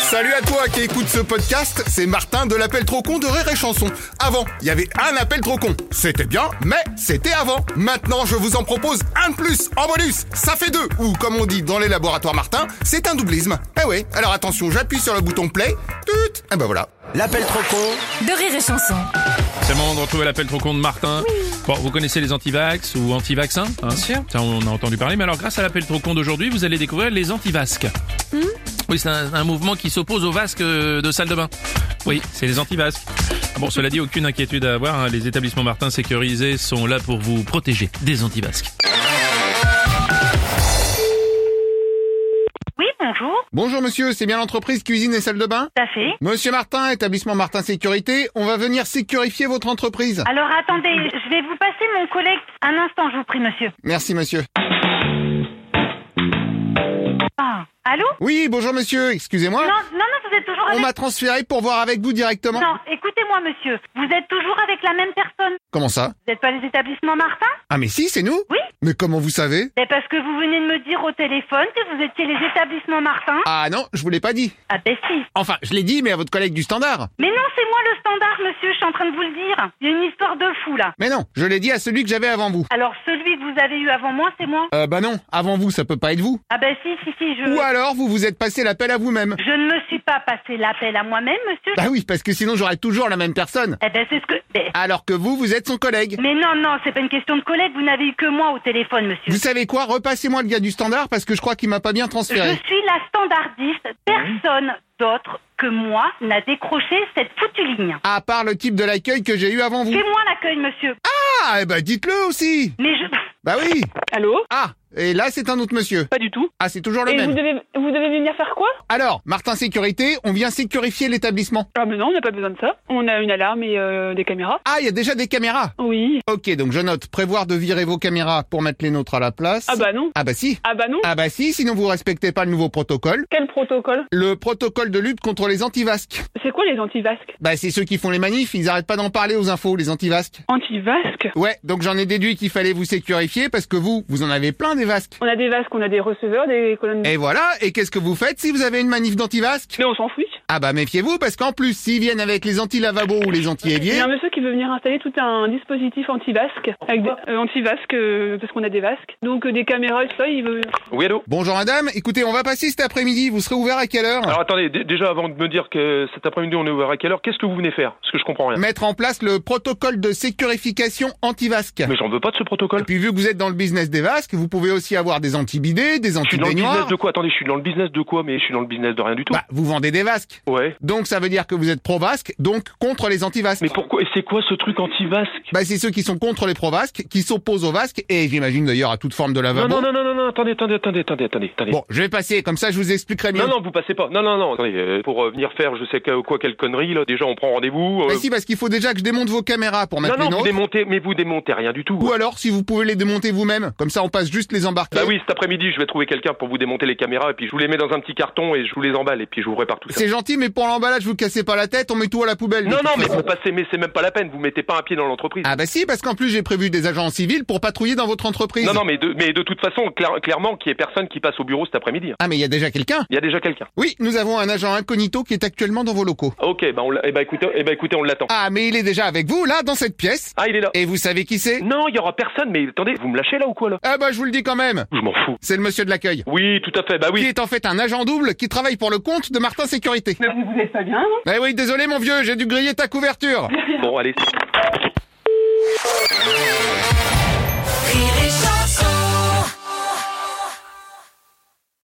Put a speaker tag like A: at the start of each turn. A: Salut à toi qui écoute ce podcast, c'est Martin de l'appel trop con de Rire et Chanson. Avant, il y avait un appel trop con. C'était bien, mais c'était avant. Maintenant, je vous en propose un de plus en bonus. Ça fait deux, ou comme on dit dans les laboratoires Martin, c'est un doublisme. Eh ouais, alors attention, j'appuie sur le bouton play. Tut Et ben voilà.
B: L'appel trop con
C: de rire et chanson.
D: C'est le moment de retrouver l'appel trop con de Martin. Bon, vous connaissez les antivax ou anti-vaccins Bien sûr. Ça, on a entendu parler. Mais alors, grâce à l'appel trop con d'aujourd'hui, vous allez découvrir les antivasques. Hmm Oui, c'est un, un mouvement qui s'oppose aux vasques euh, de salle de bain. Oui, c'est les antivasques. Ah Bon, cela dit, aucune inquiétude à avoir. hein. Les établissements Martin sécurisés sont là pour vous protéger des antivasques.
E: Oui, bonjour,
A: Bonjour monsieur, c'est bien l'entreprise cuisine et salle de bain
E: tout à fait.
A: Monsieur Martin, établissement Martin Sécurité, on va venir sécurifier votre entreprise.
E: Alors attendez, je vais vous passer mon collègue. Un instant, je vous prie, monsieur.
A: Merci monsieur.
E: Ah. Allô
A: Oui, bonjour monsieur, excusez-moi.
E: Non, non, non, vous êtes toujours
A: On
E: avec...
A: m'a transféré pour voir avec vous directement.
E: Non, écoutez-moi, monsieur. Vous êtes toujours avec la même personne.
A: Comment ça
E: Vous n'êtes pas les établissements Martin
A: Ah mais si, c'est nous
E: Oui.
A: Mais comment vous savez
E: Ben parce que vous venez de me dire au téléphone que vous étiez les établissements Martin.
A: Ah non, je vous l'ai pas dit.
E: Ah ben si.
A: Enfin, je l'ai dit, mais à votre collègue du standard.
E: Mais non, c'est moi le standard, monsieur, je suis en train de vous le dire. Il y a une histoire de fou, là.
A: Mais non, je l'ai dit à celui que j'avais avant vous.
E: Alors, celui que vous avez eu avant moi, c'est moi.
A: Euh, bah non, avant vous, ça peut pas être vous.
E: Ah ben si, si, si, je...
A: Ou alors, vous vous êtes passé l'appel à vous-même.
E: Je ne me suis pas passé l'appel à moi-même, monsieur.
A: Bah oui, parce que sinon j'aurais toujours la même personne.
E: Eh ben c'est ce que... ben,
A: Alors que vous, vous êtes son collègue.
E: Mais non, non, c'est pas une question de collègue, vous n'avez eu que moi au téléphone, monsieur.
A: Vous savez quoi Repassez-moi le gars du standard parce que je crois qu'il m'a pas bien
E: Je
A: transféré.
E: suis la standardiste, personne d'autre que moi n'a décroché cette foutue ligne.
A: À part le type de l'accueil que j'ai eu avant vous.
E: C'est moi l'accueil, monsieur.
A: Ah, eh bah dites-le aussi
E: Mais je...
A: Bah oui
F: Allô
A: Ah, et là c'est un autre monsieur.
F: Pas du tout.
A: Ah, c'est toujours le
F: Et vous
A: même.
F: devez, vous devez venir faire quoi
A: Alors, Martin Sécurité, on vient sécurifier l'établissement.
F: Ah ben non, on n'a pas besoin de ça. On a une alarme et euh, des caméras.
A: Ah, il y a déjà des caméras.
F: Oui.
A: Ok, donc je note, prévoir de virer vos caméras pour mettre les nôtres à la place.
F: Ah bah non.
A: Ah bah si.
F: Ah bah non.
A: Ah bah si, sinon vous respectez pas le nouveau protocole.
F: Quel protocole
A: Le protocole de lutte contre les antivasques.
F: C'est quoi les antivasques
A: Bah c'est ceux qui font les manifs, ils arrêtent pas d'en parler aux infos, les antivasques.
F: Antivasques
A: Ouais, donc j'en ai déduit qu'il fallait vous sécurifier parce que vous, vous en avez plein des vasques.
F: On a des vasques, on a des receveurs, des colonnes...
A: Et voilà, et qu'est-ce que vous faites si vous avez une manif d'antivasques
F: Mais on s'en fout.
A: Ah bah méfiez-vous parce qu'en plus, s'ils viennent avec les anti-lavabos ou les
F: Il y
A: anti-éviers,
F: a un monsieur qui veut venir installer tout un dispositif anti-vasque. Avec des- euh, anti-vasque, euh, parce qu'on a des vasques. Donc euh, des caméras, tout ça, il veut...
G: Oui, allô
A: Bonjour madame, écoutez, on va passer cet après-midi, vous serez ouvert à quelle heure
G: Alors attendez, dé- déjà avant de me dire que cet après-midi on est ouvert à quelle heure, qu'est-ce que vous venez faire Parce que je comprends rien. Mais,
A: Mettre en place le protocole de sécurification anti-vasques.
G: j'en veux pas de ce protocole.
A: Et puis vu que vous êtes dans le business des vasques, vous pouvez aussi avoir des anti-bidets, des
G: Je suis dans le business
A: anti-baignoires.
G: de quoi Attendez, je suis dans le business de quoi Mais je suis dans le business de rien du tout.
A: Bah, vous vendez des vasques.
G: Ouais.
A: Donc ça veut dire que vous êtes pro-vasques, donc contre les anti-vasques.
G: Mais pourquoi Et c'est quoi ce truc anti-vasque
A: Bah, c'est ceux qui sont contre les pro-vasques, qui s'opposent aux vasques, et j'imagine d'ailleurs à toute forme de
G: non,
A: lavabo.
G: non, non, non, non, non, attendez, attendez, attendez, attendez, attendez. attendez.
A: Ah bah Bon, je vais passer, comme ça je vous expliquerai mieux.
G: Non, non, vous passez pas. Non, non, non, attendez, euh, pour euh, venir faire je sais que- quoi, quelle connerie, là, déjà on prend rendez-vous. euh,
A: Bah si, parce qu'il faut déjà que je démonte vos caméras pour
G: non,
A: mettre
G: non,
A: les
G: vous
A: nôtres.
G: démontez, mais vous démontez rien du tout.
A: Ou alors, si vous pouvez les démonter vous-même, comme ça on passe juste les embarquer.
G: Bah oui, cet après-midi, je vais trouver quelqu'un pour vous démonter les caméras, et puis je vous les mets dans un petit carton, et je vous les emballe, et puis je vous répare tout ça.
A: C'est gentil, mais pour l'emballage, vous cassez pas la tête, on met tout à la poubelle. de
G: Non,
A: toute
G: non, mais
A: façon.
G: vous passez, mais c'est même pas la peine, vous mettez pas un pied dans l'entreprise.
A: Ah bah si, parce qu'en plus j'ai prévu des agents civils pour patrouiller dans votre entreprise.
G: Non, non, mais de, mais de toute façon, clair- clairement, qu'il y ait personne qui passe au bureau cet après-midi. hein.
A: Ah mais il y a déjà quelqu'un
G: Il y a déjà quelqu'un.
A: Oui, nous avons un agent incognito qui est actuellement dans vos locaux.
G: Ok, bah, on l'a- eh ben, écoutez, eh ben, écoutez, on l'attend.
A: Ah mais il est déjà avec vous, là, dans cette pièce.
G: Ah, il est là.
A: Et vous savez qui c'est
G: Non, il y aura personne, mais attendez, vous me lâchez là ou quoi là
A: Ah bah je vous le dis quand même,
G: Je m'en fous.
A: c'est le monsieur de l'accueil.
G: Oui, tout à fait, bah
A: Qui
G: oui.
A: est en fait un agent double qui travaille pour le compte de Martin Sécurité.
F: Mais vous, vous êtes pas bien, hein non
A: Eh oui, désolé mon vieux, j'ai dû griller ta couverture.
G: Bon, allez.